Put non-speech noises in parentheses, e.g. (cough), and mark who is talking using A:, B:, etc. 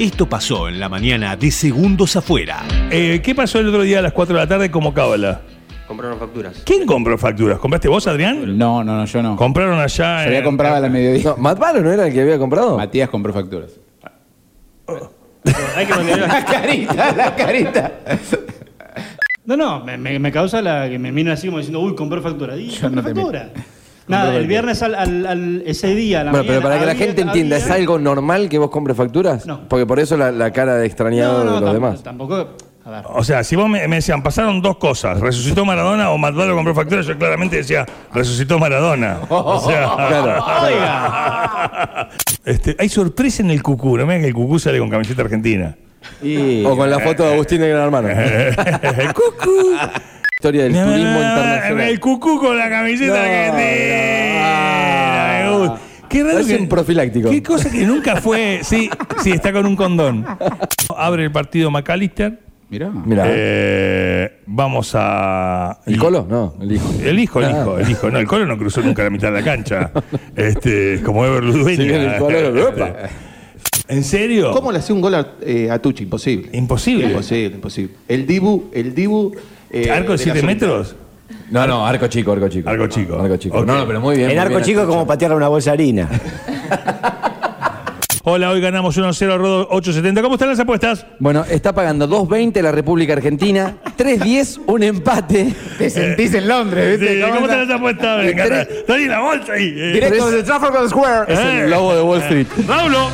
A: Esto pasó en la mañana de Segundos Afuera.
B: Eh, ¿Qué pasó el otro día a las 4 de la tarde como cábala?
C: Compraron facturas.
B: ¿Quién compró facturas? ¿Compraste vos, Adrián?
D: No, no, no, yo no. Yo
B: Compraron allá. en-
D: había comprado a la mediodía.
E: No, ¿Matpalo no era el que había comprado?
D: Matías compró facturas.
C: Hay que mantener
E: (laughs)
D: La carita, la carita.
F: No, no, me, me- me causa la que me miro así como diciendo, uy, compré factura. Y,
D: Yo no
F: compré
D: te
F: factura. Nada, el viernes al, al- al- ese día, a la
E: Bueno, pero para
F: mañana,
E: que la
F: había-
E: gente entienda, ¿es
F: había-
E: algo normal que vos compres facturas?
F: No.
E: Porque por eso la, la cara de extrañado
F: No, no,
E: de los
F: tam-
E: demás.
F: Tampoco. A ver.
B: O sea, si vos me, me decían, pasaron dos cosas, resucitó Maradona o Maradona compró facturas, yo claramente decía, resucitó Maradona. O
D: (laughs)
B: sea, (laughs) Este, hay sorpresa en el cucú, no me que el cucú sale con camiseta argentina.
D: Y
E: O con la foto de Agustín de Gran (laughs) Hermano.
B: el cucú.
E: Historia del
B: No, no,
E: turismo
B: no, no,
E: internacional.
B: El cucú con la camiseta
E: No,
B: argentina.
E: no.
B: me gusta. Qué raro
E: Parece
B: que-
E: un profiláctico.
B: Qué cosa que nunca fue. Sí, sí, está con un condón. Abre el partido McAllister.
D: Mirá.
E: Mirá.
B: Eh, vamos a.
E: ¿El colo? No, el hijo.
B: El hijo, el
E: Ah.
B: hijo, el hijo. No, el Colo no cruzó nunca la mitad de la cancha. Este, como Ever Ludueña.
E: Si bien el Colo lo- ¡Epa!
B: este. ¿En serio?
G: ¿Cómo le hacía un gol a, eh, a Tucci? Imposible.
B: Imposible.
G: Imposible, imposible. El Dibu, el Dibu. eh,
B: ¿Arco de
G: la
B: 7
G: solita.
B: metros?
E: No, no, arco chico, arco chico.
B: Arco chico.
E: Arco chico.
B: Ok.
E: No, no, pero muy bien.
H: En
E: muy
H: arco
E: bien
H: chico es como patearle una bolsa de harina.
B: Hola, hoy ganamos 1-0 a Rodo 870. ¿Cómo están las apuestas?
E: Bueno, está pagando 2.20 la República Argentina, 3.10 un (laughs) empate.
D: Te sentís en Londres,
B: Sí,
D: ¿viste?
B: ¿Cómo, están las
E: Este,
B: apuestas? Me encanta.
E: Tres-
B: Dale la bolsa ahí. eh.
D: Directo desde Trafalgar Square.
B: Eh.
E: de Wall Street.
B: Pablo.